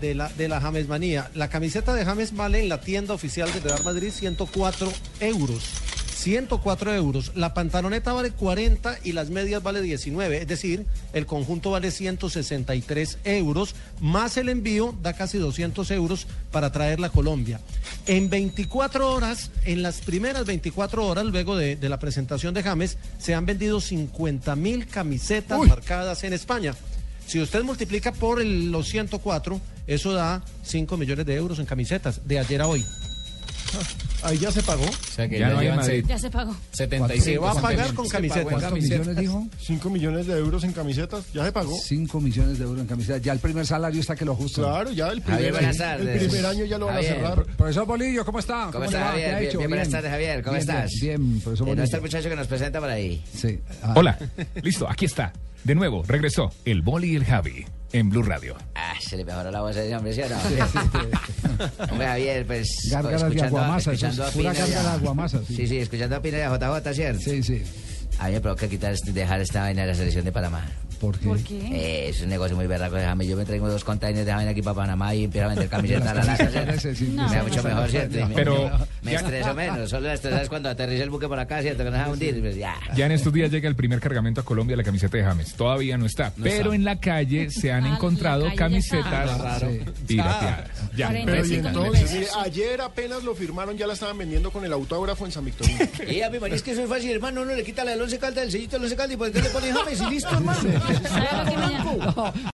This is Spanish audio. de la, de la James Manía. La camiseta de James vale en la tienda oficial de Real Madrid 104 euros. 104 euros. La pantaloneta vale 40 y las medias vale 19. Es decir, el conjunto vale 163 euros, más el envío da casi 200 euros para traerla a Colombia. En 24 horas, en las primeras 24 horas, luego de, de la presentación de James, se han vendido 50 mil camisetas Uy. marcadas en España. Si usted multiplica por el- los 104, eso da 5 millones de euros en camisetas de ayer a hoy. Ahí ya se pagó. O sea que Ya ya, no hay llevan Madrid. se- Ya se pagó. 75. Se va a pagar con Se camisetas. pagó en ¿Cuántos millones dijo? 5 millones de euros en camisetas. Ya se pagó. 5 millones de euros en camisetas. Ya el primer salario está que lo ajustan. Claro, ya el Javier, primer, buenas año, el tardes. primer año ya lo van a Javier. cerrar. Profesor Bolillo, ¿cómo está? ¿Cómo le está, va? ¿Qué Javier? ha Bien, hecho? bien, buenas tardes, Javier. ¿Cómo Bien, estás? Bien, bien, profesor Eh, no Bolillo. está el muchacho que nos presenta por ahí. Sí. Ah, Hola, listo, aquí está. De nuevo, regresó el Boli y el Javi en Blue Radio. Ah, se le mejoró la voz a ese hombre, ¿sí o no? Hombre, Javier, pues. Gárgaras de escuchando- aguamasa, eso escuchando es a Pina pura y a- gárgara de aguamasa, sí. Sí, sí, escuchando a Pina y a JJ, ¿cierto? Sí, sí. A mí me provoca quitar, este- dejar esta vaina de la selección de Panamá. ¿Por qué? ¿Por qué? Eh, es un negocio muy berraco, déjame. Yo me traigo dos containers de vaina aquí para Panamá y empiezo a vender camisetas a la Las larga. camisetas ¿cierto? sí, sí, Me sí. da mucho mejor, ¿cierto? Y me- Pero- Me estreso menos. Solo la estresa es cuando aterriza el buque por acá, ¿cierto? Que nos va a hundir. Pues, ya. Ya en estos días llega el primer cargamento a Colombia de la camiseta de James. Todavía no está, pero en la calle se han Ah, la encontrado calle ya camisetas está. Raro. pirateadas. Ya. Cuarenta Pero y 35 mil entonces, pesos. mire, ayer apenas lo firmaron, ya la estaban vendiendo con el autógrafo en San Victorino. Y a mi marido es que soy fácil, hermano. pues, Uno le quita la del once calda, el sellito del once calda y por qué le pone James y listo, hermano. ¿Sabe lo que me llama?